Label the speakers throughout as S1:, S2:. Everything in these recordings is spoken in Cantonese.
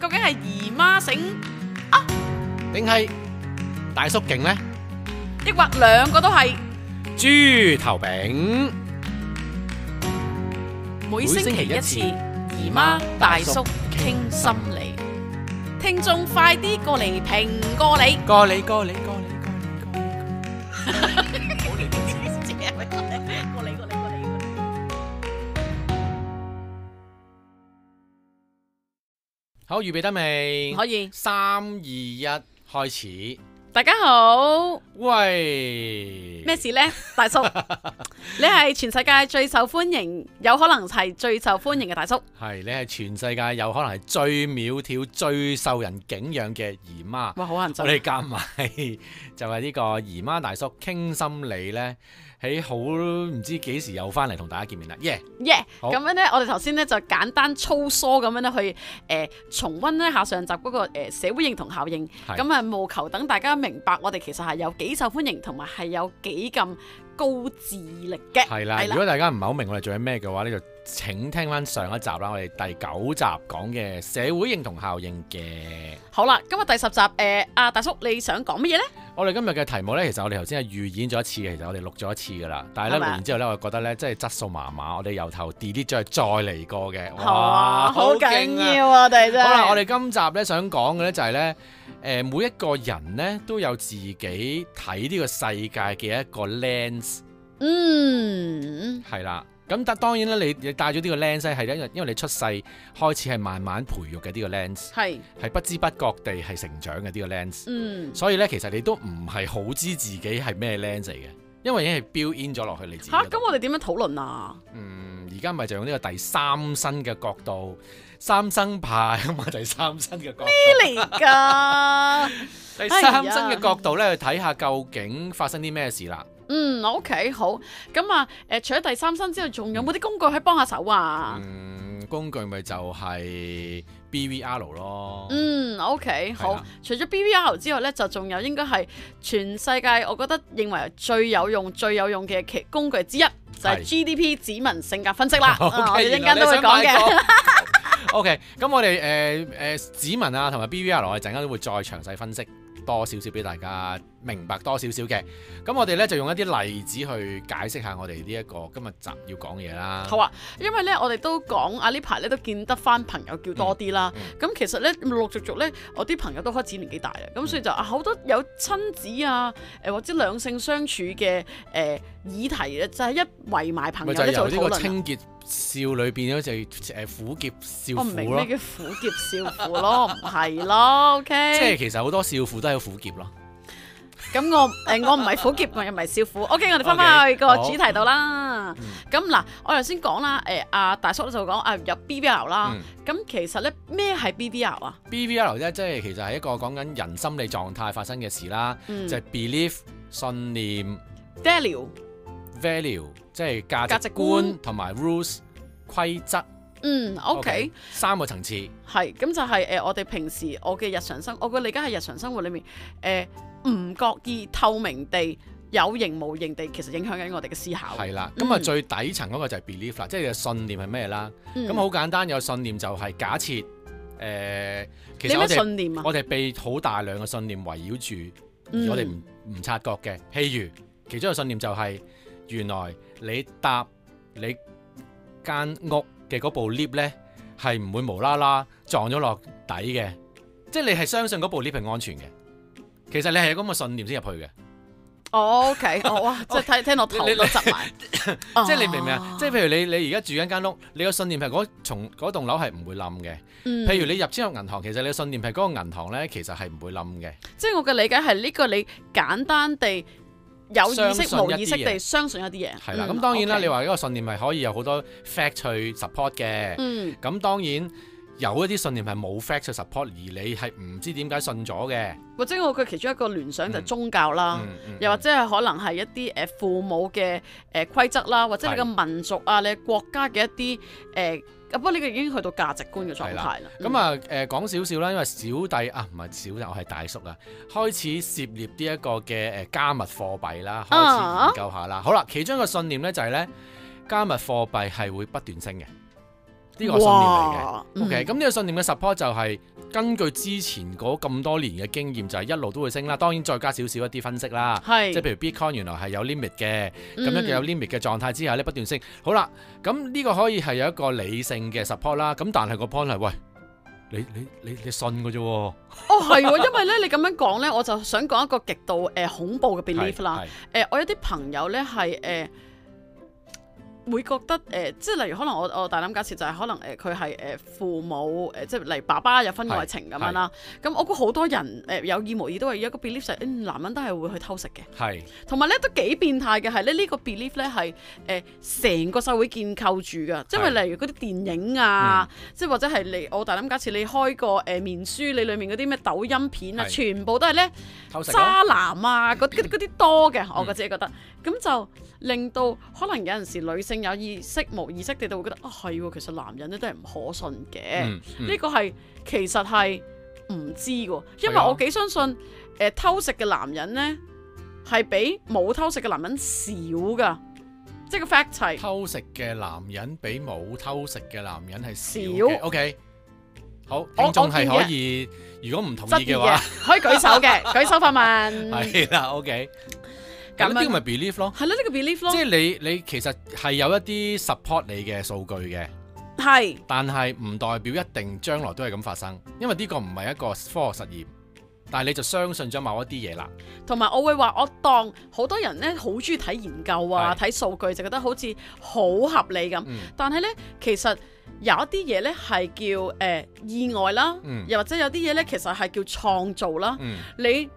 S1: 究竟係姨媽繩，
S2: 定係大叔勁呢？
S1: 抑或兩個都係？
S2: 豬頭餅。
S1: 每星期一次，姨媽大叔傾心理，聽眾快啲過嚟評過你。
S2: 過你過你過你過你過你過你，好你好預備得未？
S1: 可以，
S2: 三二一，開始。
S1: 大家好，
S2: 喂，
S1: 咩事呢？大叔，你係全世界最受歡迎，有可能係最受歡迎嘅大叔。
S2: 係你係全世界有可能係最苗條、最受人敬仰嘅姨媽。
S1: 哇，好難
S2: 我哋夾埋 就係呢個姨媽大叔傾心理呢，喺好唔知幾時又翻嚟同大家見面啦。耶、
S1: 耶！
S2: 好
S1: 咁樣咧，我哋頭先咧就簡單粗疏咁樣咧去誒、呃重溫一下上集嗰、個、呃、社會認同效應，
S2: 係
S1: 咁啊務求等大家明白我哋其實係有幾受歡迎，同埋係有幾咁高智力嘅。
S2: 係啦，
S1: 係
S2: 如果大家唔係好明我哋做緊咩嘅話呢，就請聽翻上一集啦，我哋第九集講嘅社會認同效應嘅。
S1: 好啦，今日第十集誒，呃阿、大叔你想講乜嘢呢？
S2: 我哋今日嘅題目呢，其實我哋頭先係預演咗一次嘅，其實我哋錄咗一次噶啦，但係
S1: 係
S2: 呢，錄
S1: 咪
S2: 完之後呢，我覺得呢，真係質素麻麻，我哋由頭 delete 咗佢再嚟過嘅，
S1: 哇
S2: 哇，好勁啊！
S1: 啊！我哋真係
S2: 好啦，我哋今集咧想講嘅咧就係咧，誒每一個人咧都有自己睇呢個世界嘅一個 lens
S1: 嗯
S2: 係啦。咁但當然啦，你你帶咗呢個 lens 咧係因為因為你出世開始係慢慢培育嘅呢個 lens，
S1: 係
S2: 係不知不覺地係成長嘅呢個 lens。
S1: 嗯
S2: 所以咧，其實你都唔係好知自己係咩 lens 嚟嘅，因為已經係 build in 咗落去你自己
S1: 吓，
S2: 嗰
S1: 咁
S2: 度。
S1: 我哋點樣討論啊？
S2: 嗯，而家咪就用呢個第三身嘅角度，三生派咁啊，第三身嘅角度。
S1: 咩嚟㗎？
S2: 第三身嘅角度咧，去睇下究竟發生啲咩事啦。
S1: 嗯，OK，好。咁啊，誒、除咗第三身之外，仲有冇啲工具可以幫下手啊？
S2: 嗯，工具咪就係 BVR 咯。
S1: 嗯，OK，
S2: 係啊
S1: 好
S2: 啦。
S1: 除咗 BVR 之外咧，就仲有應該係全世界，我覺得認為最有用、最有用嘅其工具之一，就係、
S2: 係
S1: GDP 指紋性格分析啦。
S2: OK，
S1: 啊我哋一
S2: 原
S1: 陣
S2: 來
S1: 間
S2: 你
S1: 都會
S2: 想
S1: 講
S2: 買
S1: 嘅。
S2: 個 OK，咁我哋呃誒誒指紋啊，同埋 BVR 我哋陣間都會再詳細分析多少少俾大家明白多少少嘅。咁我哋咧就用一啲例子去解釋下我哋呢一個今日集要講嘢啦。
S1: 好啊，因為咧，我哋都講啊，呢排咧都見得翻朋友叫多啲啦
S2: 嗯。
S1: 咁、其實咧，陸陸續續咧，我啲朋友都開始年紀大啦，
S2: 嗯
S1: 咁所以就啊好多有親子啊，誒、或者兩性相處嘅誒、議題啊咧，就係、一圍埋朋友
S2: 啊咪就
S1: 咧
S2: 係
S1: 就
S2: 由
S1: 會討
S2: 呢個
S1: 論啊啦。
S2: 清潔少女變咗就係誒苦澀少
S1: 我唔明
S2: 婦
S1: 咩
S2: 咯。
S1: 叫苦澀少婦 咯，唔係咯
S2: 即係
S1: ，OK。
S2: 其實好多少婦都係苦澀咯。
S1: 咁我誒我唔係苦澀，我又唔係少婦。OK，我哋翻返去個
S2: OK，好嗯
S1: 主題度啦。咁嗱，我頭先講啦，誒阿大叔就講啊有 BBL 啦
S2: 嗯。
S1: 咁其實咧咩係 BBL 啊？
S2: BVL 咧，即係其實係一個講緊人心理狀態發生嘅事啦，
S1: 嗯
S2: 就係 belief 信念、
S1: value，
S2: value，即係價
S1: 價
S2: 值
S1: 值
S2: 觀
S1: 觀
S2: 同埋 rules 規則。
S1: 嗯，OK，
S2: 三個層次，
S1: 係，咁就係、誒、呃我哋平時我嘅日常生，我嘅理解係日常生活裏面，誒唔覺意透明地有形無形地，其實影響緊我哋嘅思考。
S2: 係啦。
S1: 嗯
S2: 咁啊，最底層嗰個就係 belief 啦，即係你嘅信念係咩啦？
S1: 嗯，
S2: 咁好簡單，有信念就係假設，誒、其
S1: 你
S2: 實
S1: 有咩
S2: 我哋
S1: 信念啊？
S2: 我哋被好大量嘅信念圍繞住，而
S1: 嗯
S2: 我哋唔唔察覺嘅。譬如其中一個信念就係、原來你搭你間屋嘅嗰部 lift 呢，係唔會無啦啦撞咗落底嘅，即係你係相信嗰部 lift 係安全嘅。其實你係有咁嘅信念先入去嘅，
S1: 哦，OK，哦，哇， 即係睇聽落頭
S2: 你你
S1: 都執埋， 哦
S2: 即係你明唔明啊？即係譬如你你而家住緊間屋，你個信念係嗰從嗰棟樓係唔會冧嘅。
S1: 嗯
S2: 譬如你入先入銀行，其實你嘅信念係嗰個銀行呢，其實係唔會冧嘅。
S1: 即係我嘅理解係呢個你簡單地有意識
S2: 相信一啲
S1: 無意識地相信一啲嘢。
S2: 係啦，
S1: 嗯
S2: 咁當然啦，
S1: ，OK
S2: 你話呢個信念係可以有好多 fact 去 support 嘅。
S1: 嗯
S2: 咁當然有一啲信念係冇 fact 去 support，而你係唔知點解信咗嘅。
S1: 或者我嘅其中一個聯想就係
S2: 嗯
S1: 宗教啦。
S2: 嗯嗯
S1: 啊又或者係可能係一啲誒父母嘅誒規則啦，或者你嘅民族啊、你嘅國家嘅一啲誒，不過呢個已經去到價值觀嘅狀態啦。嗯
S2: 咁啊誒講少少啦，因為小弟啊唔係小弟，我係大叔啊，開始涉獵呢一個嘅誒加密貨幣啦，開始
S1: 啊
S2: 研究下啦。好啦，其中一個信念咧就係咧，加密貨幣係會不斷升嘅。
S1: 嗯，
S2: 呢個係信念嚟嘅。
S1: 哇嗯
S2: OK，咁呢個信念嘅 support 就係根據之前嗰咁多年嘅經驗，就係一路都會升啦。當然再加少少一啲分析啦，
S1: 係
S2: 啊即係譬如 Bitcoin 原來係有 limit 嘅，咁
S1: 嗯
S2: 一有 limit 嘅狀態之下咧不斷升。好啦，咁呢個可以係有一個理性嘅 support 啦。咁但係個 point 係喂，你你你你信嘅啫喎，
S1: 哦係喎，因為咧你咁樣講咧，我就想講一個極度誒、呃恐怖嘅 belief 啦。
S2: 係
S1: 誒、我有啲朋友咧係誒會覺得誒、呃即係例如可能我我大膽假設就係可能誒佢係誒父母誒、呃即係例如爸爸有婚外情咁樣啦，咁我估好多人誒、呃有意無意都係有一個 belief 就係、嗯男人都係會去偷食嘅，
S2: 係
S1: 同埋咧都幾變態嘅係咧呢、個 belief 咧係誒成個社會建構住㗎，即係
S2: 係
S1: 例如嗰啲電影啊，即係或者係你我大膽假設你開個誒、呃面書，你裡面嗰啲咩抖音片啊，
S2: 係
S1: 全部都係咧。
S2: 偷食嗯咯
S1: 渣男啊，嗰嗰嗰啲多嘅，我自己覺得，咁就令到可能有陣時女性有意識無意識地就會覺得啊係喎，其實男人咧都係唔可信嘅，呃呢、
S2: 嗯嗯
S1: 個係其實係唔知嘅，因為
S2: 係啊
S1: 我幾相信誒、呃偷食嘅男人咧係比冇偷食嘅男人少噶，即係個 fact 係
S2: 偷食嘅男人比冇偷食嘅男人係少
S1: 少
S2: 嘅。OK，好，
S1: 我
S2: 聽
S1: 我
S2: 眾係可
S1: 建啊
S2: 以，如果唔同
S1: 質
S2: 意
S1: 疑啊
S2: 嘅話
S1: 嘅，，可以舉手 嘅，舉手發問，
S2: 係啦，OK。
S1: 嗯咁
S2: 咁呢
S1: 樣
S2: 個咪 belief 咯，
S1: 係咯呢個 belief
S2: 即
S1: 咯，
S2: 係你你其實係有一啲 support 你嘅數據嘅，
S1: 係
S2: 但係唔代表一定將來都係咁發生，因為呢個唔係一個科學實驗，但係你就相信咗某一啲嘢啦，
S1: 同埋我會話，我當好多人咧好中意睇研究啊，睇數據就覺得好似好合理咁。
S2: 嗯
S1: 但係咧，其實有一啲嘢咧係叫誒、呃意外啦，
S2: 嗯
S1: 又或者有啲嘢咧其實係叫創造啦。
S2: 嗯
S1: 你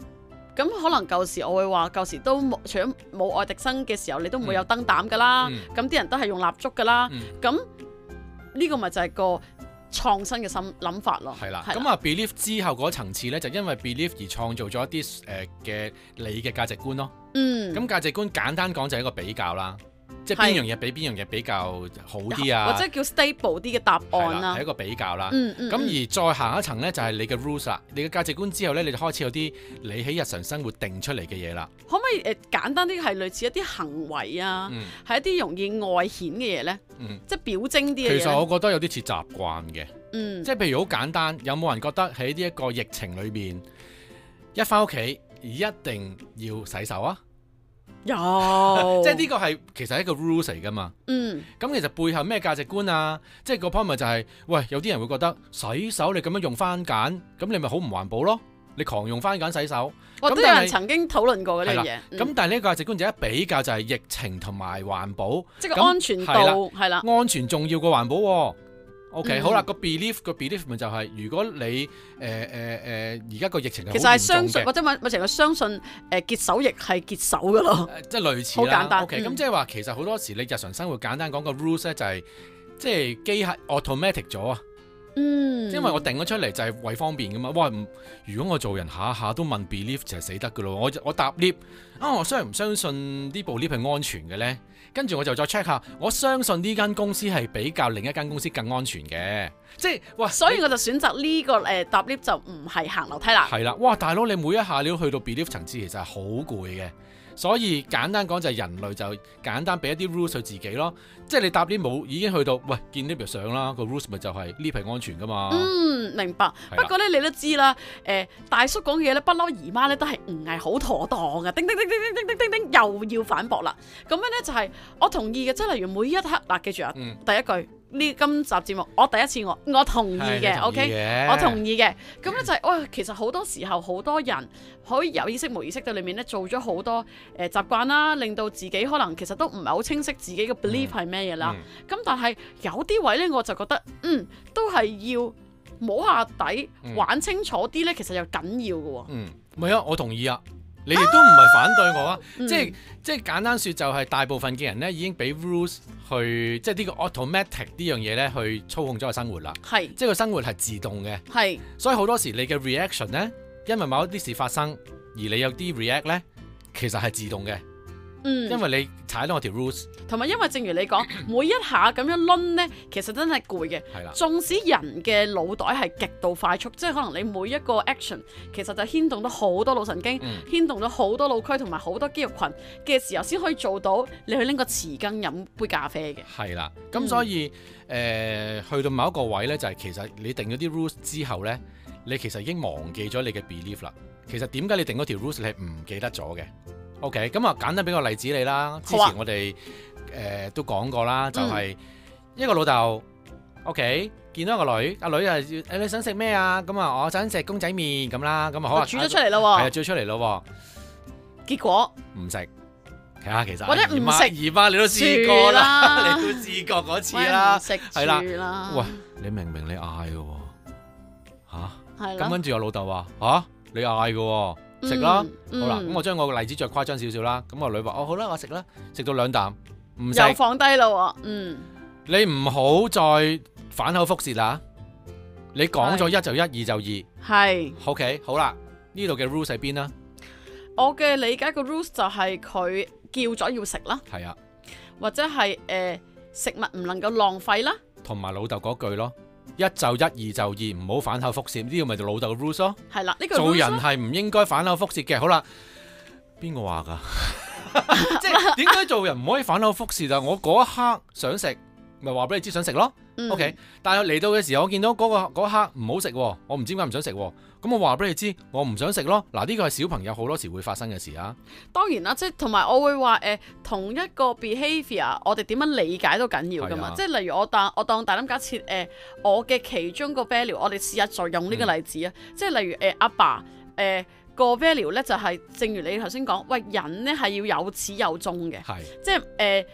S1: 咁可能舊時我會話，舊時都冇除咗冇愛迪生嘅時候，你都唔會有燈膽噶啦。
S2: 嗯
S1: 咁啲、人都係用蠟燭噶啦。
S2: 嗯
S1: 咁呢、個咪就係個創新嘅心諗法咯。
S2: 係啦，咁啊 belief 之後嗰層次呢，就因為 belief 而創造咗一啲誒嘅你嘅價值觀咯。
S1: 嗯，
S2: 咁價值觀簡單講就係一個比較啦，即係邊樣嘢比邊樣嘢比較好啲
S1: 或
S2: 啊，
S1: 者啊叫 stable 啲嘅答
S2: 係
S1: 案
S2: 啦，
S1: 啦
S2: 係一。個比較啦。
S1: 嗯嗯。
S2: 咁
S1: 嗯
S2: 而再行一層呢，就係你嘅 rules 啦，你嘅價值觀之後呢，你就開始有啲你喺日常生活定出嚟嘅嘢啦。
S1: 可唔可以誒、呃、簡單啲係類似一啲行為啊，
S2: 嗯
S1: 係、一啲容易外顯嘅嘢咧，
S2: 嗯，
S1: 即係表徵啲
S2: 其
S1: 嘅嘢
S2: 實
S1: 呢。
S2: 我覺得有啲似習慣嘅，
S1: 嗯
S2: 即係譬如好簡單，有冇人覺得喺呢一個疫情裏面，一翻屋企一定要洗手啊？
S1: 有，
S2: 即係呢個係其實係一個 rules 嚟噶嘛。
S1: 嗯
S2: 咁其實背後咩價值觀啊？即係個 point 咪就係、喂，有啲人會覺得洗手你咁樣用番梘，咁你咪好唔環保咯？你狂用番梘洗手，
S1: 或
S2: 咁
S1: 者有
S2: 但係
S1: 人曾經討論過嘅呢樣
S2: 係
S1: 嘢，
S2: 咁、
S1: 嗯
S2: 但係呢個價值觀就一比較就係疫情同埋環保，
S1: 即係個
S2: 咁
S1: 安全度
S2: 係啦
S1: 係啦，
S2: 安全重要過環保喎、OK，、
S1: 啊嗯
S2: 好啦，個 belief 個 belief 咪就係、如果你誒誒誒而家個疫情係
S1: 其實
S2: 好
S1: 係
S2: 嚴重
S1: 相信
S2: 嘅
S1: 或者某某程度相信誒、呃、潔手亦係潔手嘅咯，
S2: 誒呃即係類似
S1: 好
S2: 啦。
S1: 簡單
S2: OK，咁、
S1: 嗯
S2: 即係話其實好多時你日常生活簡單講個 rules 咧就係、即係機械 automatic 咗啊，
S1: 嗯，
S2: 因為我定咗出嚟就係為方便噶嘛。哇，唔如果我做人下下都問 belief 就係死得噶咯。我我搭 lift 啊，我相唔相信呢部 lift 係安全嘅呢？跟住我就再 check 下，我相信呢間公司係比較另一間公司更安全嘅。即係哇，
S1: 所以我就選擇呢、個誒、呃搭 lift 就唔係行樓梯啦，
S2: 係啦，哇！大佬，你每一下你都去到 belief 層次，其實係好攰嘅。所以簡單講就係人類就簡單俾一啲 rules 佢自己咯，即係你搭 lift 冇已經去到，喂見 lift 就上啦，個 rules 咪就係 lift 係安全噶嘛。
S1: 嗯，明白。
S2: 係啦
S1: 不過咧，你都知啦，誒、大叔講嘅嘢咧，不嬲姨媽咧都係唔係好妥當嘅，叮叮叮叮叮叮叮叮叮，又要反駁啦。咁樣咧就係、我同意嘅，即係例如每一刻嗱，記住啊，
S2: 嗯
S1: 第一句呢今集節目，我第一次我我同意
S2: 係
S1: 嘅，OK。我同
S2: 意
S1: 意嘅，咁咧就係、哇，其實好多時候好多人可以有意識無意識地裏面咧做咗好多誒、呃、習慣啦，令到自己可能其實都唔係好清晰自己嘅
S2: 嗯
S1: belief 係咩嘢啦。咁、但係有啲位咧，我就覺得嗯都係要摸下底、
S2: 嗯
S1: 玩清楚啲咧，其實又緊要嘅喎、
S2: 嗯，唔係啊，我同意啊。你哋都唔係反對我啊，
S1: 嗯
S2: 即係即係簡單説就係大部分嘅人咧已經俾 rules 去即係呢個 automatic 呢樣嘢咧去操控咗個生活啦，
S1: 係
S2: 即係個生活係自動嘅。
S1: 係
S2: 所以好多時你嘅 reaction 呢，因為某一啲事發生，而你有啲 react 呢，其實係自動嘅。
S1: 嗯，
S2: 因為你踩到我條 rules
S1: 同埋因為正如你 講，每一下咁樣攆呢，其實真係攰嘅。
S2: 係啦，
S1: 縱使人嘅腦袋係極度快速，即係可能你每一個 action 其實就牽動到好多腦神經，
S2: 嗯
S1: 牽動到好多腦區同埋好多肌肉群嘅時候，先可以做到你去拎個匙羹飲杯咖啡嘅。
S2: 係啦。咁
S1: 嗯
S2: 所以誒、呃去到某一個位呢，就係、其實你定咗啲 rules 之後呢，你其實已經忘記咗你嘅 belief 啦。其實點解你定嗰條 rules 你係唔記得咗嘅？OK，咁啊簡單俾個例子你啦。之
S1: 好啊嗯
S2: 前我哋誒、呃都講過啦，就係、一個老豆 OK 見到一個女，阿女啊要誒你想食咩啊？咁啊我想食公仔麵咁啦，咁啊好啊，
S1: 就哦煮咗出嚟咯
S2: 係啊
S1: 喎，
S2: 煮咗出嚟咯喎。
S1: 結果
S2: 唔食。睇下其實
S1: 或者
S2: 阿姨
S1: 唔啊
S2: 媽
S1: 食
S2: 姨媽你都試過啦，
S1: 住啦
S2: 你都試過嗰次
S1: 喂
S2: 啦
S1: 唔。食
S2: 係啦
S1: 住啦，
S2: 喂，你明明你嗌嘅喎，嚇
S1: 係
S2: 咁
S1: 啦，
S2: 跟住我老豆話吓，你嗌嘅喎，食啦。
S1: 嗯，
S2: 好啦，
S1: 嗯
S2: 咁我將我個例子再誇張少少啦。咁我女話：哦，好啦，我食啦，食到兩啖唔食
S1: 又，放低啦喎，嗯，
S2: 你唔好再反口覆舌啦。你講咗一就一，二就
S1: 係。
S2: 二。OK，好啦，呢度嘅 rules 喺邊啊啦？
S1: 我嘅理解個 rules 就係佢叫咗要食啦，
S2: 係啊，
S1: 或者係誒、呃食物唔能夠浪費啦。
S2: 同埋老豆嗰句咯，一就一，二就二，唔好反口覆舌。呢個咪就老豆嘅 rules 咯。
S1: 係啦，呢、個
S2: 做
S1: rules
S2: 人
S1: 啦
S2: 係唔應該反口覆舌嘅。好啦，邊個話㗎？ 即係點解做人唔可以反口覆舌啊？我嗰一刻想食，咪話俾你知想食咯。
S1: 嗯
S2: OK，但係嚟到嘅時候，我見到嗰、個嗰一刻唔好食喎，我唔知點解唔想食喎。咁我話俾你知，我唔想食咯。嗱，呢個係小朋友好多時會發生嘅事啊。
S1: 當然啦，即係同埋我會話誒、呃同一個 behaviour，我哋點樣理解都緊要噶嘛。
S2: 係啊
S1: 即係例如我當我當大膽假設誒、呃我嘅其中個 value，我哋試下再用呢個
S2: 嗯
S1: 例子啊。即係例如誒阿、爸誒、呃、個 value 咧，就係、正如你頭先講，喂人咧係要有始有終嘅。
S2: 係
S1: 即係誒、呃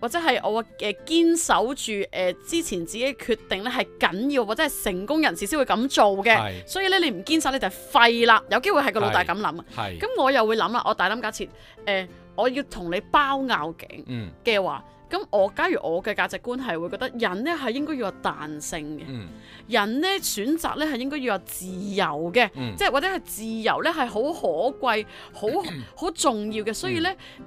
S1: 或者係我誒堅守住誒、呃之前自己決定咧係緊要，或者係成功人士先會咁做 嘅。
S2: 係
S1: 所以咧，你唔堅守你就係廢啦。有機會係個老大咁諗啊。
S2: 係，
S1: 咁我又會諗啦，我大膽假設誒、呃我要同你包拗頸
S2: 嗯
S1: 嘅話，咁我假如我嘅價值觀係會覺得人咧係應該要有彈性嘅，
S2: 嗯
S1: 人咧選擇咧係應該要有自由嘅。
S2: 嗯，
S1: 即係或者係自由咧，係好可貴、好好重要嘅。所以咧，誒、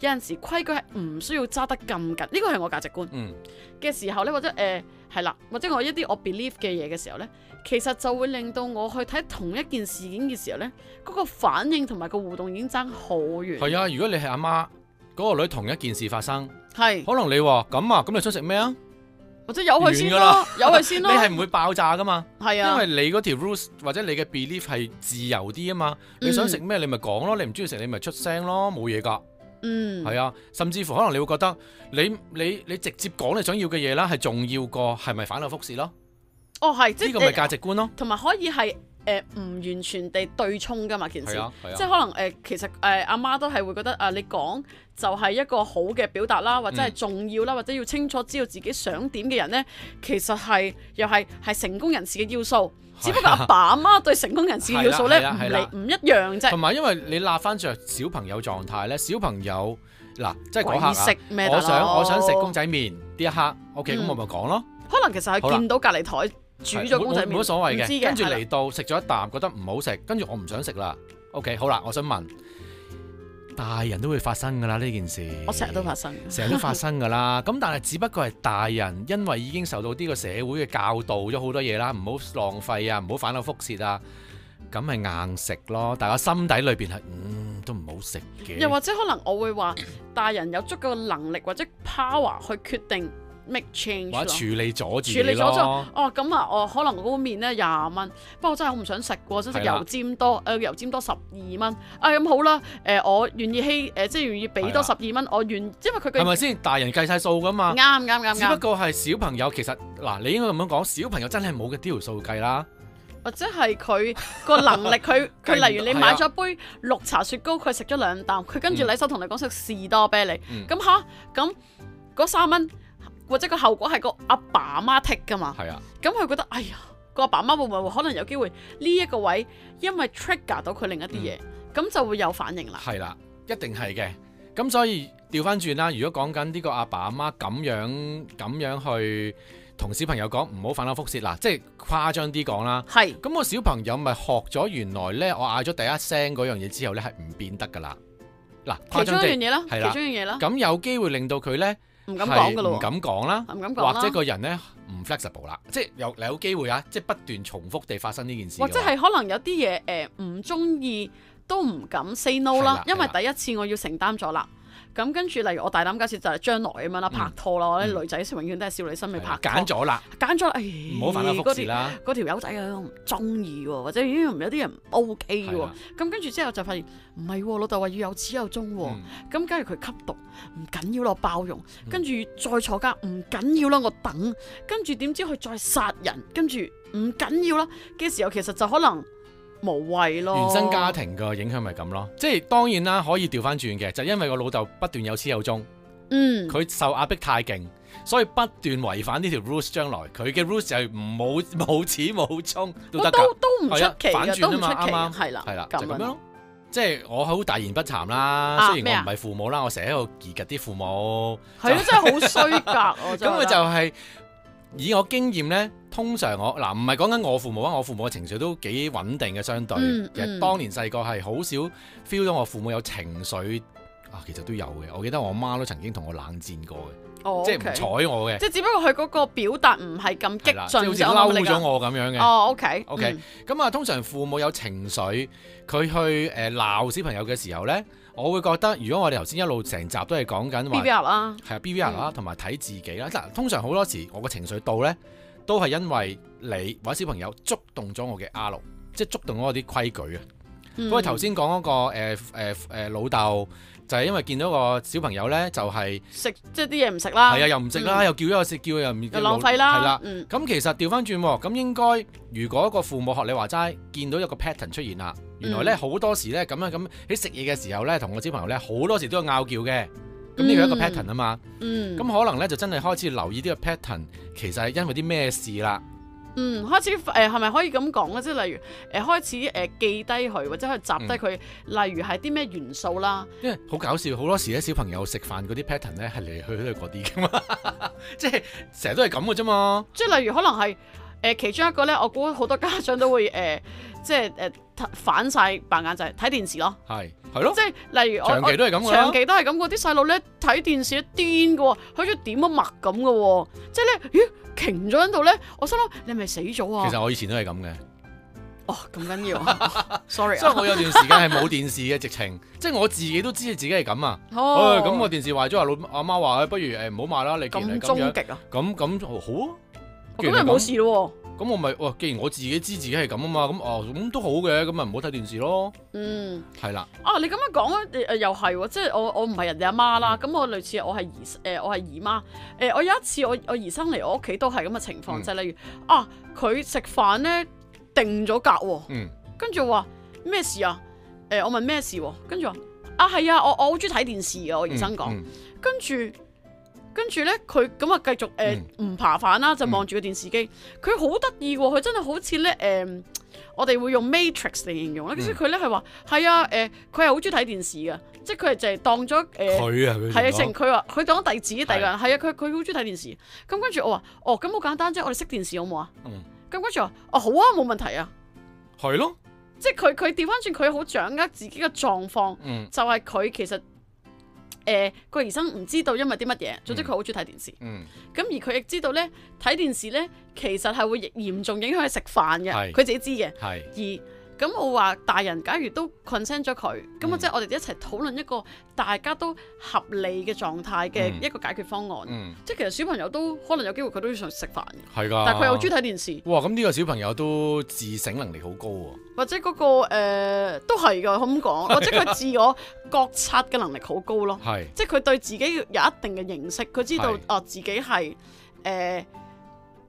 S1: 有陣時規矩係唔需要揸得咁緊，呢個係我價值觀
S2: 嗯
S1: 嘅時候咧，或者誒係啦，或者我一啲我 believe 嘅嘢嘅時候咧，其實就會令到我去睇同一件事件嘅時候咧，嗰、個反應同埋個互動已經爭好遠。
S2: 係啊。如果你係阿媽，嗰、個女同一件事發生，
S1: 係
S2: 可能你話咁啊，咁你想食咩啊？
S1: 或者由佢先
S2: 完㗎
S1: 咯，由佢先
S2: 你
S1: 咯，
S2: 係唔會爆炸噶嘛？
S1: 係
S2: 因
S1: 啊
S2: 為，你嗰條 rules 或者你嘅 belief 係自由啲啊嘛，
S1: 嗯
S2: 你想食咩你咪講咯，你唔中意食你咪出聲咯，冇嘢㗎，
S1: 嗯，
S2: 係啊，甚至乎可能你會覺得你你你直接講你想要嘅嘢啦，係重要過係咪反口覆舌咯？
S1: 哦係，即
S2: 呢個咪
S1: 係
S2: 價值觀咯，
S1: 同埋可以係誒唔完全地對沖㗎嘛件事
S2: 係。啊係
S1: 即係
S2: 啊，
S1: 可能誒、呃其實誒阿、媽都係會覺得啊、你講就係一個好嘅表達啦，或者係
S2: 嗯
S1: 重要啦，或者要清楚知道自己想點嘅人呢，其實係又係係成功人士嘅要素。只
S2: 啊
S1: 不過阿爸阿媽對成功人士嘅要素呢，
S2: 係啦
S1: 唔
S2: 係啦
S1: 嚟唔一樣啫
S2: 同。埋因為你立翻着小朋友狀態咧，小朋友嗱即係嗰
S1: 鬼
S2: 下啊
S1: 食咩？
S2: 我
S1: 大
S2: 想
S1: 佬
S2: 我想食公，仔麵呢一刻，OK 咁
S1: 嗯
S2: 我咪講咯，
S1: 可能其實
S2: 好
S1: 係
S2: 啦
S1: 見到隔離台煮咗公仔
S2: 冇冇冇乜
S1: 麵，
S2: 所謂
S1: 唔知
S2: 嘅，
S1: 嘅
S2: 跟住
S1: 係啦
S2: 嚟到食咗一啖，覺得唔好食，跟住我唔想食啦。OK，好啦，我想問，大人都會發生㗎啦呢件事，
S1: 我成日都發生。
S2: 成日都發生 㗎啦。咁但係只不過係大人，因為已經受到呢個社會嘅教導咗好多嘢啦，唔好浪費啊，唔好反口覆舌啊，咁咪硬食咯。但係我心底裏邊係，嗯，都唔好食嘅。
S1: 又或者可能我會話，大人有足夠嘅能力或者 power 去決定 make change
S2: 或
S1: 咯
S2: 者處理咗自己
S1: 處理咗之後
S2: 咯，，
S1: 哦咁啊，我可能嗰碗麵咧廿蚊，不過我真係好唔想食喎，想食
S2: 係啦
S1: 油尖多，誒、油尖多十二蚊，啊咁好啦，誒、我願意希誒、呃即係願意俾
S2: 係啦
S1: 多十二蚊，我願，因為佢嘅
S2: 係咪
S1: 啱
S2: 先？大人計晒數㗎嘛。
S1: 啱啱
S2: 只不
S1: 啱，
S2: 過係小朋友，其實嗱，你應該咁樣講，小朋友真係冇嘅呢條數計啦。
S1: 或者哦係佢 個能力，佢 佢例如你
S2: 係啊
S1: 買咗杯綠茶雪糕，佢食咗兩啖，佢跟住
S2: 嗯
S1: 禮手同你講食士多啤梨，
S2: 嗯
S1: 咁吓咁嗰三蚊或者個後果係個阿爸阿媽剔㗎嘛。
S2: 係啊，
S1: 咁佢覺得，哎呀，個阿爸媽會唔會可能有機會呢一個位，因為 trigger 到佢另一啲
S2: 嗯
S1: 嘢，咁、就會有反應啦。
S2: 係啦，一定係嘅。咁所以調翻轉啦，如果講緊呢個阿爸阿媽咁樣咁樣去同小朋友講唔好反口覆舌嗱，即係誇張啲講啦。
S1: 係，
S2: 咁個小朋友咪學咗原來呢，我嗌咗第一聲嗰樣嘢之後呢係唔變得㗎啦。嗱
S1: 其
S2: 誇
S1: 中
S2: 張
S1: 一樣
S2: 地，
S1: 嘢啦，
S2: 係啦
S1: 其中一樣嘢啦，
S2: 咁有機會令到佢咧
S1: 唔敢講噶
S2: 係
S1: 咯
S2: 唔
S1: 喎，
S2: 敢講啦，
S1: 唔敢講
S2: 或者
S1: 啦，
S2: 個人咧唔 flexible 啦，即係有有機會啊，即係不斷重複地發生呢件事嘅
S1: 或
S2: 話。
S1: 者係可能有啲嘢誒唔中意都唔敢 say no 啦
S2: 係啦，
S1: 因為
S2: 係
S1: 第一次我要承擔咗啦。咁跟住，例如我大膽假設就係將來咁樣啦，
S2: 嗯
S1: 拍拖啦，我
S2: 嗯
S1: 啲女仔永遠都係少女心未
S2: 係
S1: 拍
S2: 啦
S1: 拖
S2: 揀，咗啦，
S1: 揀咗啦，
S2: 唔好犯
S1: 唉
S2: 得
S1: 嗰
S2: 覆事
S1: 條
S2: 啦。
S1: 嗰條友仔啊，我唔中意喎，或者咦有啲人唔 OK
S2: 係
S1: 喎
S2: 啦，
S1: 咁跟住之後就發現唔係喎，老豆話要有始有終喎。
S2: 嗯
S1: 咁假如佢吸毒唔緊要咯，包容，跟住再坐監唔緊要啦，我等，跟住點知佢再殺人，跟住唔緊要啦嘅時候，其實就可能無謂咯。
S2: 原生家庭嘅影響咪咁咯，即係當然啦，可以調翻轉嘅，就因為個老豆不斷有始有終，
S1: 嗯，
S2: 佢受壓迫太勁，所以不斷違反呢條 rules。將來佢嘅 rules 就係唔冇 冇始冇終都
S1: 我
S2: 得
S1: 都
S2: 㗎，
S1: 都唔出
S2: 係啊
S1: 奇
S2: 反
S1: 嘅，
S2: 轉
S1: 都唔
S2: 啊
S1: 出奇
S2: 嘛
S1: 嘅，
S2: 啱啱
S1: 係啦，
S2: 係啦，就
S1: 咁
S2: 咁樣
S1: 樣
S2: 咯。即係我好大言不慚啦，雖
S1: 咩
S2: 然
S1: 啊
S2: 我唔係父母啦，我成日喺度疑及啲父母。
S1: 係咯，真係好衰格我
S2: 咁佢
S1: 覺得
S2: 就係、以我經驗呢，通常我嗱唔係講緊我父母啊，我父母嘅情緒都幾穩定嘅，相對、
S1: 嗯
S2: 其實
S1: 嗯
S2: 當年細個係好少 feel 到我父母有情緒啊，其實都有嘅。我記得我媽都曾經同我冷戰過嘅
S1: 哦
S2: 即係唔
S1: OK
S2: 睬我嘅，
S1: 即係只不過佢嗰個表達唔係咁激
S2: 係啦即係好
S1: 進
S2: 似
S1: 啫嘛，
S2: 嬲
S1: 你
S2: 咗
S1: 講
S2: 我咁樣嘅。
S1: 哦，OK
S2: OK，
S1: 嗯
S2: 咁啊、通常父母有情緒，佢去誒鬧、小朋友嘅時候呢，我會覺得如果我哋頭先一路成集都係講緊話。
S1: ，BBR 啦，
S2: 係啊 BVR
S1: 嗯
S2: 啦，同埋睇自己啦。嗱，通常好多時我個情緒到呢，都係因為你或者小朋友觸動咗我嘅 R，即係觸動咗我啲規矩啊。
S1: 嗯
S2: 不過頭先講嗰個誒誒誒老豆，就係因為見到個小朋友呢，就係
S1: 食即係啲嘢唔食啦，
S2: 係啊，又唔食啦，又叫咗我食，叫佢又唔
S1: 嗯又浪費啦，
S2: 係啦。
S1: 嗯
S2: 咁其實調翻轉喎，咁應該如果個父母學你話齋，見到有個 pattern 出現啦，
S1: 嗯
S2: 原來呢，好多時呢，咁樣咁喺食嘢嘅時候呢，同個小朋友呢，好多時都有拗撬嘅，咁呢個一個
S1: 嗯
S2: pattern 啊嘛。
S1: 嗯
S2: 咁可能咧就真係開始留意呢個 pattern，其實係因為啲咩事啦。
S1: 嗯，開始誒係咪可以咁講咧？即係例如誒、呃、開始誒、呃記低佢，或者可以集低
S2: 嗯
S1: 佢，例如係啲咩元素啦。
S2: 因為好搞笑，好多時咧小朋友食飯嗰啲 pattern 咧係嚟去去都係嗰啲噶嘛， 即係成日都係咁嘅啫嘛。
S1: 即係例如可能係誒、呃其中一個咧，我估好多家長都會誒、呃即係誒、呃反晒白眼就係睇電視咯。
S2: 係係咯
S1: 即，係例如我
S2: 哦長期都係咁
S1: 我
S2: 嘅
S1: 長
S2: 啦。
S1: 期都係咁，嗰啲細路咧睇電視癲嘅喎，好似點咗墨咁嘅喎，即係咧咦停咗喺度咧，我心諗你係咪死咗啊？
S2: 其實我以前都係咁嘅，
S1: 哦咁緊 要啊，sorry
S2: 所以
S1: 啊，
S2: 我有段時間係冇電視嘅，直情 即係我自己都知道自己係咁啊。唉
S1: 哦
S2: 咁個電視壞咗，阿老阿媽話：，唉哎不如誒唔好買啦，你既
S1: 咁
S2: 然係咁
S1: 終
S2: 樣，
S1: 極啊，
S2: 咁咁哦好啊。既
S1: 咁
S2: 然係
S1: 咪冇事咯喎，
S2: 咁我咪哇！既然我自己知自己係咁啊嘛，咁哦咁都好嘅，咁咪唔好睇電視咯。
S1: 嗯。
S2: 係啦，
S1: 啊，你咁樣講啊誒，誒又係喎，即係我我唔係人哋阿媽
S2: 嗯
S1: 啦，咁我類似我係姨誒、我係姨媽誒、我有一次我我姨生嚟我屋企都係咁嘅情況，
S2: 嗯
S1: 就係例如啊，佢食飯咧定咗格喎，
S2: 嗯。
S1: 跟住話咩事啊？誒、我問咩事喎、跟住話啊係啊，我我好中意睇電視嘅，我姨生講，
S2: 嗯，
S1: 跟住。跟住咧，佢咁啊繼續誒唔、爬飯啦，就望住個電視機。佢好得意喎，佢真係好似咧誒，我哋會用 Matrix 嚟形容啦。跟住佢咧係話係啊誒，佢係好中意睇電視嘅，即係佢係就係當咗誒
S2: 佢啊，佢
S1: 係啊，
S2: 同
S1: 成
S2: 我
S1: 佢話佢當咗第自己第二個人係啊，佢佢好中意睇電視。咁跟住我話哦，咁好簡單啫，我哋熄電視好唔好啊？
S2: 嗯
S1: 咁跟住話哦好啊，冇問題啊。
S2: 係咯，
S1: 即係佢佢調翻轉，佢好掌握自己嘅狀況。
S2: 嗯
S1: 就係佢其實誒個醫生唔知道因為啲乜嘢，總之佢好中意睇電視。咁、
S2: 嗯，
S1: 而佢亦知道咧睇電視咧，其實係會嚴重影響佢食飯嘅，
S2: 係
S1: 佢自己知嘅。
S2: 係
S1: 而咁我話大人假如都 consent 咗佢，咁我
S2: 嗯
S1: 即係我哋一齊討論一個大家都合理嘅狀態嘅
S2: 嗯
S1: 一個解決方案。
S2: 嗯
S1: 即係其實小朋友都可能有機會佢都要想食飯嘅，
S2: 係噶。
S1: 但係佢又中意睇電視，
S2: 哇！咁呢個小朋友都自省能力好高喎，
S1: 或者嗰、個、呃、都係㗎，咁講，或者佢自我覺察嘅能力好高咯。
S2: 係
S1: 即係佢對自己有一定嘅認識，佢知道
S2: 係
S1: 哦自己係誒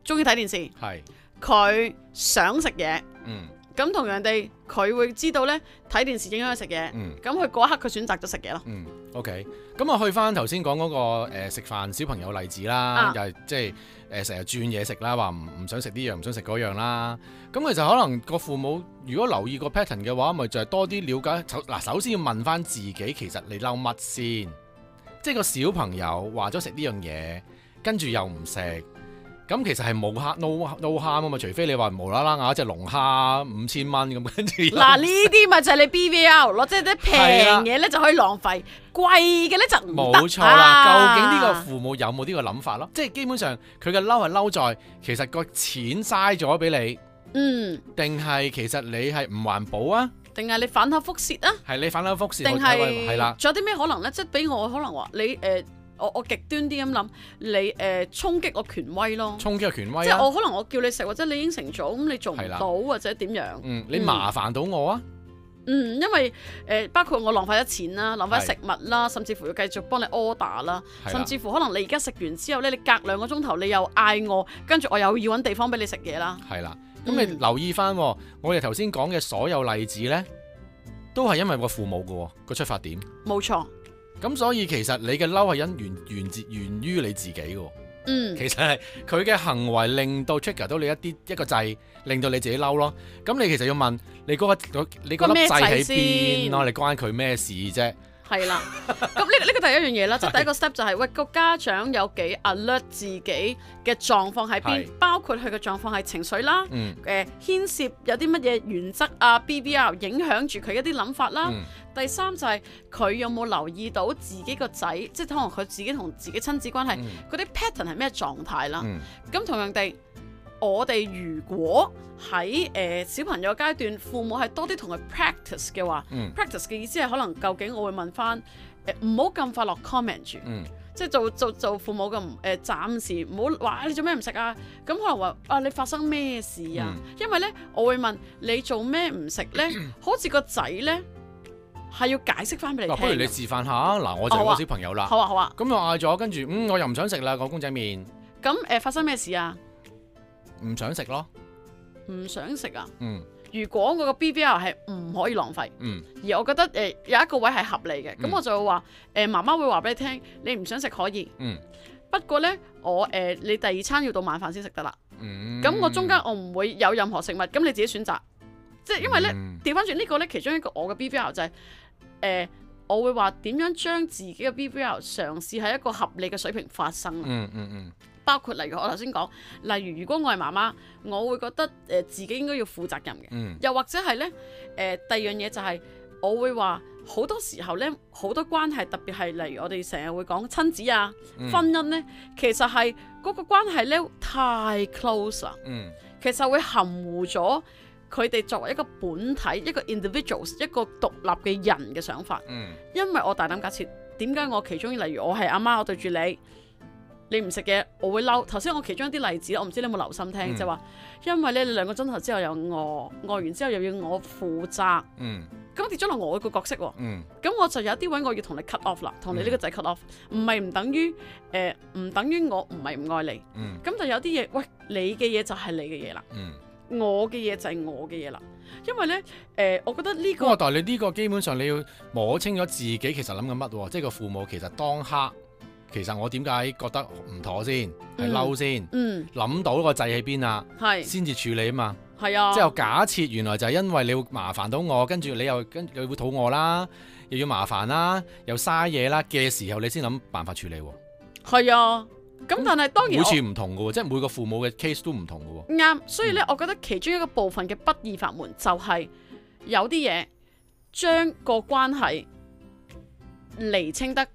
S1: 中意睇電視，
S2: 係
S1: 佢想食嘢，
S2: 嗯
S1: 咁同樣地佢會知道咧睇電視影響佢食嘢，
S2: 嗯
S1: 咁佢嗰一刻佢選擇咗食嘢 咯。
S2: 嗯，OK。咁啊，去翻頭先講嗰個呃食飯小朋友例子啦
S1: 啊，
S2: 又係即係誒成日轉嘢食啦，話唔唔想食呢樣，唔想食嗰樣啦。咁其實可能個父母如果留意個 pattern 嘅話，咪就係多啲了解。首嗱，首先要問翻自己，其實你嬲乜先？即係個小朋友話咗食呢樣嘢，跟住又唔食，咁咁其實係冇蝦 no no harm 啊嘛，除非你話無啦啦咬一隻龍蝦五千蚊咁，跟住又
S1: 嗱呢啲咪就係你 BVL 咯，即係啲平
S2: 係啦
S1: 嘢咧就可以浪費，貴嘅咧就唔得
S2: 冇錯啦。
S1: 啊
S2: 究竟呢個父母有冇呢個諗法咯？即係基本上佢嘅嬲係嬲在其實個錢嘥咗俾你，
S1: 嗯，
S2: 定係其實你係唔環保啊？
S1: 定係你反口覆舌啊？
S2: 係你反口覆舌
S1: 定
S2: 好睇喎係啦
S1: 係，仲有啲咩可能咧？即係俾我可能話你誒，我我極端啲咁諗，你誒衝擊我權威咯。
S2: 衝擊個權威
S1: 即係
S2: 啊！
S1: 我可能我叫你食，或者你應承咗，咁你做唔
S2: 係啦
S1: 到或者點樣？
S2: 嗯，你麻煩到我啊！
S1: 嗯，因為誒、呃包括我浪費咗錢啦，浪費咗
S2: 係
S1: 食物啦，甚至乎要繼續幫你 order 啦，
S2: 係啦
S1: 甚至乎可能你而家食完之後咧，你隔兩個鐘頭你又嗌我，跟住我又要揾地方俾你食嘢啦。
S2: 係啦，咁你
S1: 嗯
S2: 留意翻，我哋頭先講嘅所有例子呢，都係因為個父母嘅喎個出發點。
S1: 冇錯，
S2: 咁所以其實你嘅嬲係因源源自源於你自己嘅喎，
S1: 嗯，
S2: 其實係佢嘅行為令到 trigger 到你一啲一個掣，令到你自己嬲咯。咁你其實要問你嗰、個你嗰
S1: 關
S2: 粒
S1: 咩
S2: 掣喺
S1: 掣
S2: 邊咯？
S1: 先
S2: 你關佢咩事啫？
S1: 係 啦。咁呢呢個第一樣嘢啦，即係第一個 step 就係、喂個家長有幾 alert 自己嘅狀況喺邊
S2: 係，
S1: 包括佢嘅狀況係情緒啦。
S2: 嗯
S1: 誒、牽涉有啲乜嘢原則啊、BBR 影響住佢一啲諗法啦。
S2: 嗯
S1: 第三就係、佢有冇留意到自己個仔，即係可能佢自己同自己親子關係
S2: 嗯
S1: 嗰啲 pattern 係咩狀態啦。
S2: 嗯，
S1: 咁同樣地，我哋如果喺誒、呃小朋友階段，父母係多啲同佢 practice 嘅話、
S2: 嗯
S1: p r a c t i c e 嘅意思係可能究竟我會問翻誒唔好咁快落 comment 住，
S2: 嗯
S1: 即係做做做父母嘅唔誒暫時唔好話啊你做咩唔食啊，咁可能話啊你發生咩事啊？
S2: 嗯
S1: 因為咧我會問你做咩唔食 咧，好似個仔咧係要解釋翻俾你
S2: 嗱，
S1: 聽
S2: 不如你
S1: 嘅。
S2: 示範下啊嗱，我就係
S1: 好啊
S2: 個小朋友啦。
S1: 好啊好啊，
S2: 咁我嗌咗，跟住嗯，我又唔想食啦個公仔麵，
S1: 咁誒、呃、發生咩事啊？
S2: 唔想食咯。
S1: 唔想食啊！
S2: 嗯
S1: 如果我個 BBR 係唔可以浪費。
S2: 嗯
S1: 而我覺得誒、呃有一個位係合理嘅，咁、
S2: 嗯
S1: 我就會話誒、呃、媽媽會話俾你聽，你唔想食可以，
S2: 嗯
S1: 不過呢，我誒、呃你第二餐要到晚飯先食得啦。
S2: 嗯。
S1: 咁、我中間我唔會有任何食物，咁你自己選擇。即係因為呢，
S2: 嗯
S1: 調翻轉呢個呢，其中一個我嘅 BBL 就係、呃我會話點樣將自己嘅 BBL 嘗試喺一個合理嘅水平發生啦。啊
S2: 嗯嗯嗯
S1: 包括例如我頭先講，例如如果我係媽媽，我會覺得誒、呃自己應該要負責任嘅。
S2: 嗯
S1: 又或者係咧，誒、第二樣嘢就係、我會話好多時候咧，好多關係特別係例如我哋成日會講親子啊、
S2: 嗯
S1: 婚姻咧，其實係嗰個關係咧太 close 啦，
S2: 嗯
S1: 其實會含糊咗佢哋作為一個本體、一個 individuals、一個獨立嘅人嘅想法。
S2: 嗯
S1: 因為我大膽假設，點解我其中例如我係阿媽，我對住你，你唔食嘢，我會嬲。頭先我其中一啲例子，我唔知你有冇留心聽，
S2: 嗯
S1: 就話因為咧你兩個鐘頭之後又餓，餓完之後又要我負責，
S2: 嗯
S1: 咁跌咗落我個角色喎。
S2: 嗯
S1: 咁我就有啲位我要同你 cut off 啦，同你呢個仔 cut off，唔係唔等於誒唔、等於我唔係唔愛你，
S2: 嗯
S1: 咁就有啲嘢，喂你嘅嘢就係你嘅嘢啦，
S2: 嗯。
S1: 我嘅嘢就係我嘅嘢啦。因為咧誒、我覺得呢、
S2: 咁我
S1: 個
S2: 但係你呢個基本上你要摸清咗自己其實諗緊乜喎，即係個父母其實當刻其實我點解覺得唔妥先，係
S1: 嗯
S2: 嬲先，
S1: 嗯
S2: 諗到個掣喺邊啊，
S1: 係
S2: 先至處理啊嘛。
S1: 係啊，
S2: 即係我假設原來就係因為你會麻煩到我，跟住你又跟又會肚餓啦，又要麻煩啦，又嘥嘢啦嘅時候，你先諗辦法處理喎。
S1: 係啊，咁但係當然
S2: 每
S1: 我
S2: 次唔同嘅喎，即係每個父母嘅 case 都唔同嘅喎。
S1: 啱，所以咧，我覺得其中一個部分嘅不二法門就係有啲嘢將個關係釐清得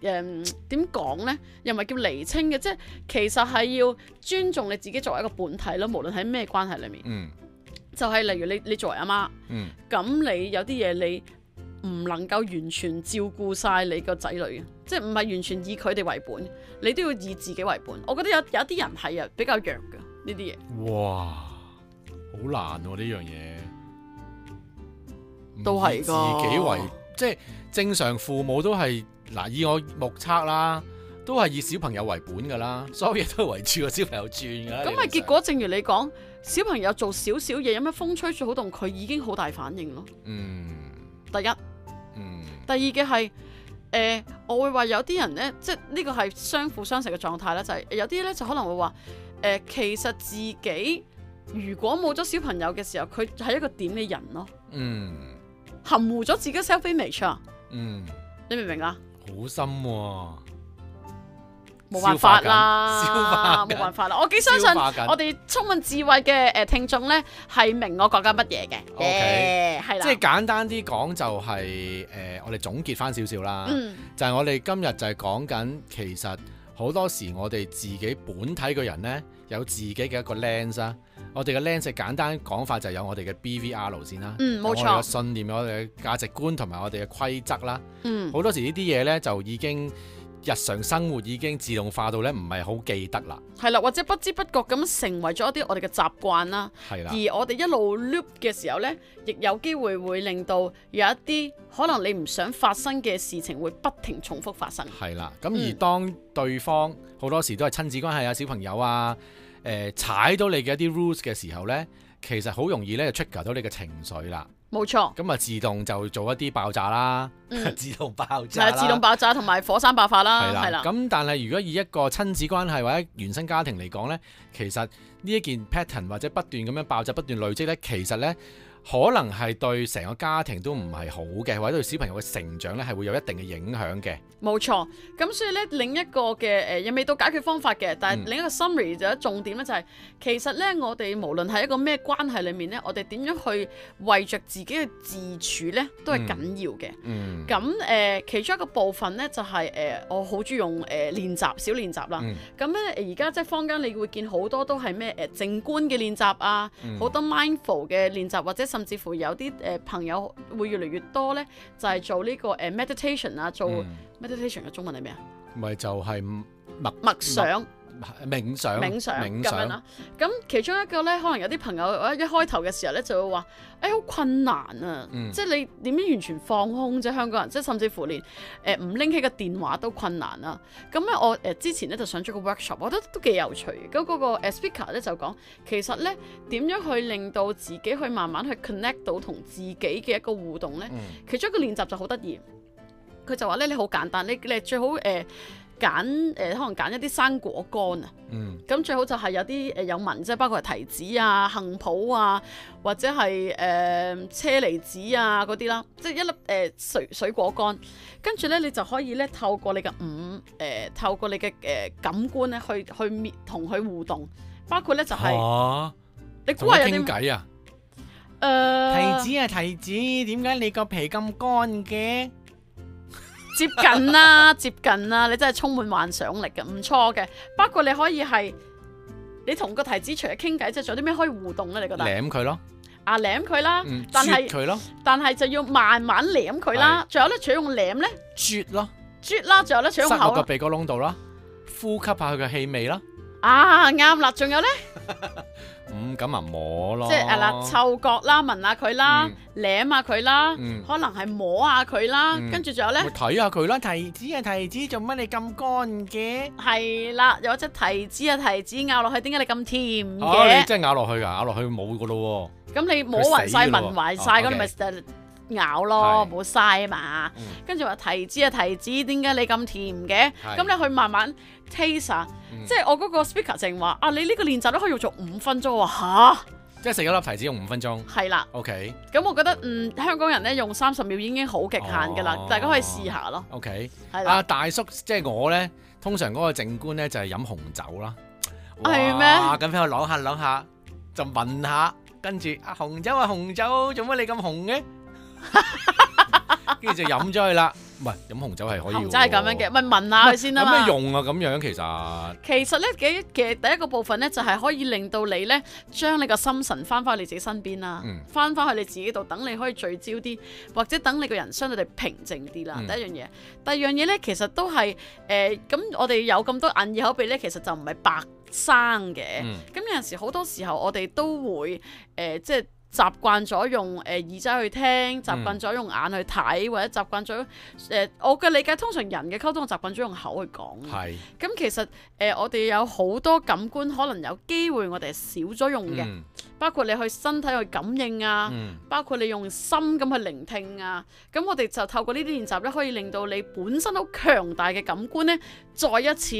S1: 誒點講呢？又唔係叫釐清嘅，即係其實係要尊重你自己作為一個本體咯，無論喺咩關係裡面，
S2: 嗯
S1: 就係、例如你你作為阿媽，
S2: 嗯
S1: 咁你有啲嘢你唔能夠完全照顧晒你個仔女嘅，即係唔係完全以佢哋為本，你都要以自己為本。我覺得有有啲人係啊比較弱嘅呢啲嘢。
S2: 哇，好難喎呢樣嘢，
S1: 都
S2: 唔以
S1: 係
S2: 自
S1: 㗎
S2: 己為即係正常父母都係嗱，以我目測啦，都係以小朋友為本噶啦，所有嘢都係圍住個小朋友轉噶啦。
S1: 咁咪
S2: 咪
S1: 結果，正如你講，小朋友做少少嘢，有咩風吹草動，佢已經好大反應咯。
S2: 嗯
S1: 第一，
S2: 嗯
S1: 第二嘅係誒，我會話有啲人呢，即係呢個係相輔相成嘅狀態啦，就係、有啲呢，就可能會話誒、呃其實自己如果冇咗小朋友嘅時候，佢係一個點嘅人咯，
S2: 嗯
S1: 含糊咗自己 self image 啊，
S2: 嗯，
S1: 你明唔明啊？
S2: 好深喎、
S1: 冇辦法
S2: 消化
S1: 啦，
S2: 緊
S1: 冇辦法啦。我幾相信
S2: 消化緊
S1: 我哋充滿智慧嘅誒聽眾咧，係明我講緊乜嘢嘅。
S2: OK
S1: 誒係啦，
S2: 即係簡單啲講就係、呃我哋總結翻少少啦，
S1: 嗯
S2: 就係我哋今日就係講緊其實好多時我哋自己本體個人呢，有自己嘅一個 lens 啦。我哋嘅 lens 簡單講法就係有我哋嘅 BVR 先啦，
S1: 嗯冇
S2: 有我哋嘅
S1: 錯
S2: 信念、我哋嘅價值觀同埋我哋嘅規則啦。
S1: 嗯
S2: 好多時呢啲嘢呢，就已經日常生活已經自動化到呢，唔係好記得啦，
S1: 係啦，或者不知不覺咁成為咗一啲我哋嘅習慣啦。
S2: 係啦，
S1: 而我哋一路 loop 嘅時候呢，亦有機會會令到有一啲可能你唔想發生嘅事情會不停重複發生。
S2: 係啦。咁而
S1: 嗯
S2: 當對方好多時都係親子關係啊、小朋友啊，誒、踩到你嘅一啲 rules 嘅時候呢，其實好容易呢就 trigger 到你嘅情緒啦。
S1: 冇錯，
S2: 咁啊，自動就做一啲爆炸啦，
S1: 嗯
S2: 自動爆
S1: 係
S2: 炸啦，
S1: 啦，自動爆炸同埋火山爆發啦，
S2: 係
S1: 係
S2: 啦。
S1: 啦，
S2: 咁但係如果以一個親子關係或者原生家庭嚟講呢，其實呢一件 pattern 或者不斷咁樣爆炸、不斷累積呢，其實呢可能係對成個家庭都唔係好嘅，或者對小朋友嘅成長呢係會有一定嘅影響嘅。
S1: 冇錯。咁所以呢，另一個嘅誒又未到解決方法嘅，但係另一個 summary 就重點呢，就係、其實呢，我哋無論喺一個咩關係裡面呢，我哋點樣去為着自己嘅自處呢，都係緊要嘅。
S2: 嗯，
S1: 咁誒、呃其中一個部分咧就係、呃我好中意用誒、呃、練習小練習啦
S2: 嗯。
S1: 咁咧而家即係坊間，你會見好多都係咩誒靜觀嘅練習啊，好、多 mindful 嘅練習，或者甚至乎有啲誒、呃朋友會越嚟越多咧，就係、做呢、個誒 meditation 啊，做
S2: 嗯
S1: meditation 嘅中文係咩啊？
S2: 咪就係默
S1: 默想。
S2: 冥想、
S1: 冥想
S2: 冥
S1: 咁樣啊啦。咁其中一個咧，可能有啲朋友呃一開頭嘅時候咧，就會話：，誒、好困難啊！
S2: 嗯
S1: 即係你點樣完全放空啫？香港人即係甚至乎連誒唔拎起個電話都困難啦、咁咧，我誒、呃之前咧就上咗個 workshop，我覺得都幾有趣嘅。咁嗰個呃 speaker 咧就講，其實咧點樣去令到自己去慢慢去 connect 到同自己嘅一個互動咧？
S2: 嗯
S1: 其中一個練習就好得意，佢就話咧你好簡單，你你最好誒。呃揀誒、呃可能揀一啲生果乾啊，
S2: 嗯
S1: 咁最好就係有啲呃誒有紋，即係包括係提子啊、杏脯啊，或者係誒、呃、車厘子啊嗰啲啦，即係一粒誒、呃水水果乾。跟住咧，你就可以咧透過你嘅五誒，透過你嘅誒、呃感官咧去去面同佢互動，包括咧就係、
S2: 嚇
S1: 你估
S2: 同佢
S1: 下有啲呃
S2: 傾
S1: 咩
S2: 偈啊！
S1: 誒
S2: 提子啊提子，點解你個皮咁乾嘅？
S1: 接近啦， 接近啦，你真係充滿幻想力嘅，唔錯嘅。包括你可以係你同個提子除咗傾偈，即係仲有啲咩可以互動咧？你覺得？
S2: 舐佢咯，
S1: 啊，舐佢啦，
S2: 嗯，
S1: 但
S2: 啜
S1: 係
S2: 佢咯，
S1: 但係就要慢慢舐佢啦。仲有咧，除咗用舐咧，
S2: 啜咯，
S1: 啜啦，仲有咧，除咗
S2: 塞
S1: 用
S2: 落
S1: 口
S2: 個
S1: 啦
S2: 鼻哥窿度啦，呼吸下佢嘅氣味啦，
S1: 啊，啱啦。仲有咧，
S2: 嗯，咁啊摸咯，
S1: 即係誒啦，嗅覺啦，聞下佢啦，舐下佢啦，
S2: 嗯
S1: 可能係摸下佢啦，
S2: 嗯
S1: 跟住仲有
S2: 咪
S1: 咧。
S2: 睇下佢啦，提子啊提子，做乜你咁乾嘅？
S1: 係啦，有一隻提子啊，提子咬落去，點解你咁甜
S2: 哦，你
S1: 嘅？
S2: 真係咬落去噶，咬落去冇噶咯
S1: 咁你摸暈晒、
S2: 佢死㗎咯
S1: 聞暈晒，咁
S2: 哦
S1: 你
S2: OK
S1: 咪就咬咯，
S2: 係
S1: 冇嘥嘛
S2: 嗯。
S1: 跟住話提子啊，提子，點解你咁甜嘅？
S2: 係
S1: 咁你去慢慢 taste 啊
S2: 嗯
S1: 即係我嗰個 speaker 淨話啊，你呢個練習都可以用做五分鐘喎吓，
S2: 喎，即係食一粒提子用五分鐘
S1: 係啦。
S2: ，OK
S1: 咁我覺得嗯，香港人咧用三十秒已經好極限㗎啦
S2: 哦，
S1: 大家可以試下咯，
S2: OK。
S1: 係啦。
S2: 啊大叔，即係我咧，通常嗰個靜觀咧就係飲紅酒啦。
S1: 哦係咩
S2: 哇咁喺度攞下攞下，就聞下，跟住啊紅酒啊紅酒，做乜你咁紅嘅？跟住就飲咗佢啦。唔係飲紅酒係可以喎，
S1: 真哦係咁樣嘅，咪聞下佢先啦
S2: 有咩
S1: 嘛。
S2: 用啊？咁樣其實
S1: 其實咧嘅嘅第一個部分咧，就係、可以令到你咧將你個心神翻返去你自己身邊啦
S2: 嗯，
S1: 翻返、去你自己度，等你可以聚焦啲，或者等你個人相對地平靜啲啦。
S2: 嗯
S1: 第一樣嘢，第二樣嘢咧，其實都係誒咁，我哋有咁多眼耳口鼻咧，其實就唔係白生嘅。
S2: 嗯
S1: 咁有陣時好多時候，我哋都會誒、呃即係習慣咗用誒、呃耳仔去
S2: 嗯
S1: 聽，習慣咗用眼去睇，或者習慣咗誒我嘅理解，通常人嘅溝通習慣咗用口去講。
S2: 係
S1: 咁其實誒、呃我哋有好多感官，可能有機會我哋係少咗用嘅，
S2: 嗯
S1: 包括你去身體去感應啊，
S2: 嗯
S1: 包括你用心咁去聆聽啊。咁我哋就透過呢啲練習咧，可以令到你本身好強大嘅感官咧，再一次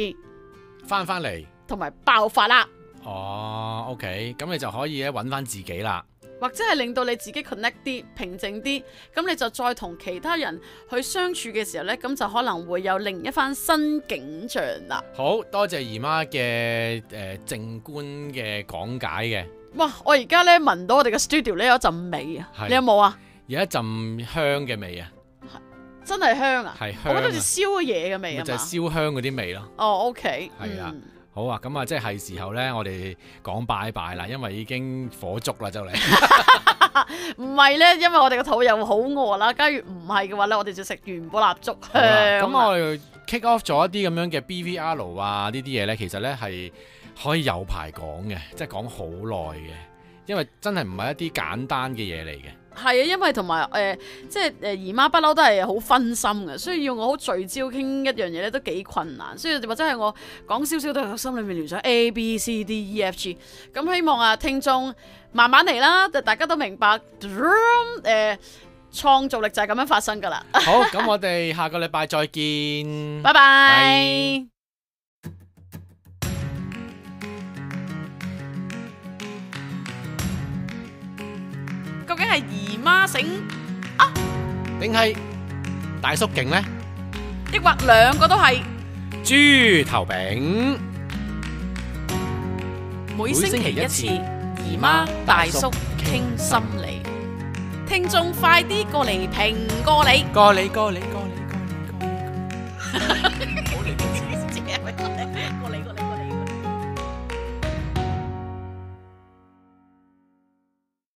S2: 翻翻嚟
S1: 同埋爆發啦。
S2: 哦，OK，咁你就可以咧揾翻自己啦。
S1: 或者係令到你自己 connect 啲、平靜啲，咁你就再同其他人去相處嘅時候呢，咁就可能會有另一番新景象啦。
S2: 好多謝姨媽嘅誒靜觀嘅講解嘅，
S1: 哇！我而家呢聞到我哋嘅 studio 呢有一陣味啊，
S2: 係
S1: 你有冇啊？
S2: 有一陣香嘅味啊，
S1: 真係香啊！
S2: 係
S1: 我
S2: 香
S1: 覺
S2: 啊
S1: 得好似燒嘅嘢嘅味
S2: 咪
S1: 啊
S2: 就係
S1: 嘛。
S2: 燒香嗰啲味咯。
S1: 哦，OK，
S2: 係啊
S1: 嗯，
S2: 好啊，咁啊，即係時候呢，我哋講拜拜啦，因為已經火燭啦，就 嚟。
S1: 唔係呢，因為我哋個肚又好餓啦。假如唔係嘅話呢，我哋就食元寶蠟燭
S2: 好啦
S1: 香
S2: 咁
S1: 啊。
S2: 我哋 kick off 咗一啲咁樣嘅 BVR 啊呢啲嘢呢，其實呢係可以有排講嘅，即係講好耐嘅，因為真係唔係一啲簡單嘅嘢嚟嘅。
S1: 係啊，因為同埋誒，即係誒姨媽不嬲都係好分心嘅，所以要我好聚焦傾一樣嘢咧都幾困難。所以或者係我講少少都係心裏面聯想 A、B、C、D、E、F、G。咁希望啊聽眾慢慢嚟啦，大家都明白。誒、呃、創造力就係咁樣發生㗎啦。
S2: 好，咁我哋下個禮拜再見。
S1: 拜拜
S2: 拜。
S1: 究竟係姨媽醒，
S2: 定係大叔勁呢？
S1: 抑或兩個都係？
S2: 豬頭餅。
S1: 每星期一次，姨媽大叔傾心理，聽眾快啲過嚟評過你。
S2: 過你過你過你。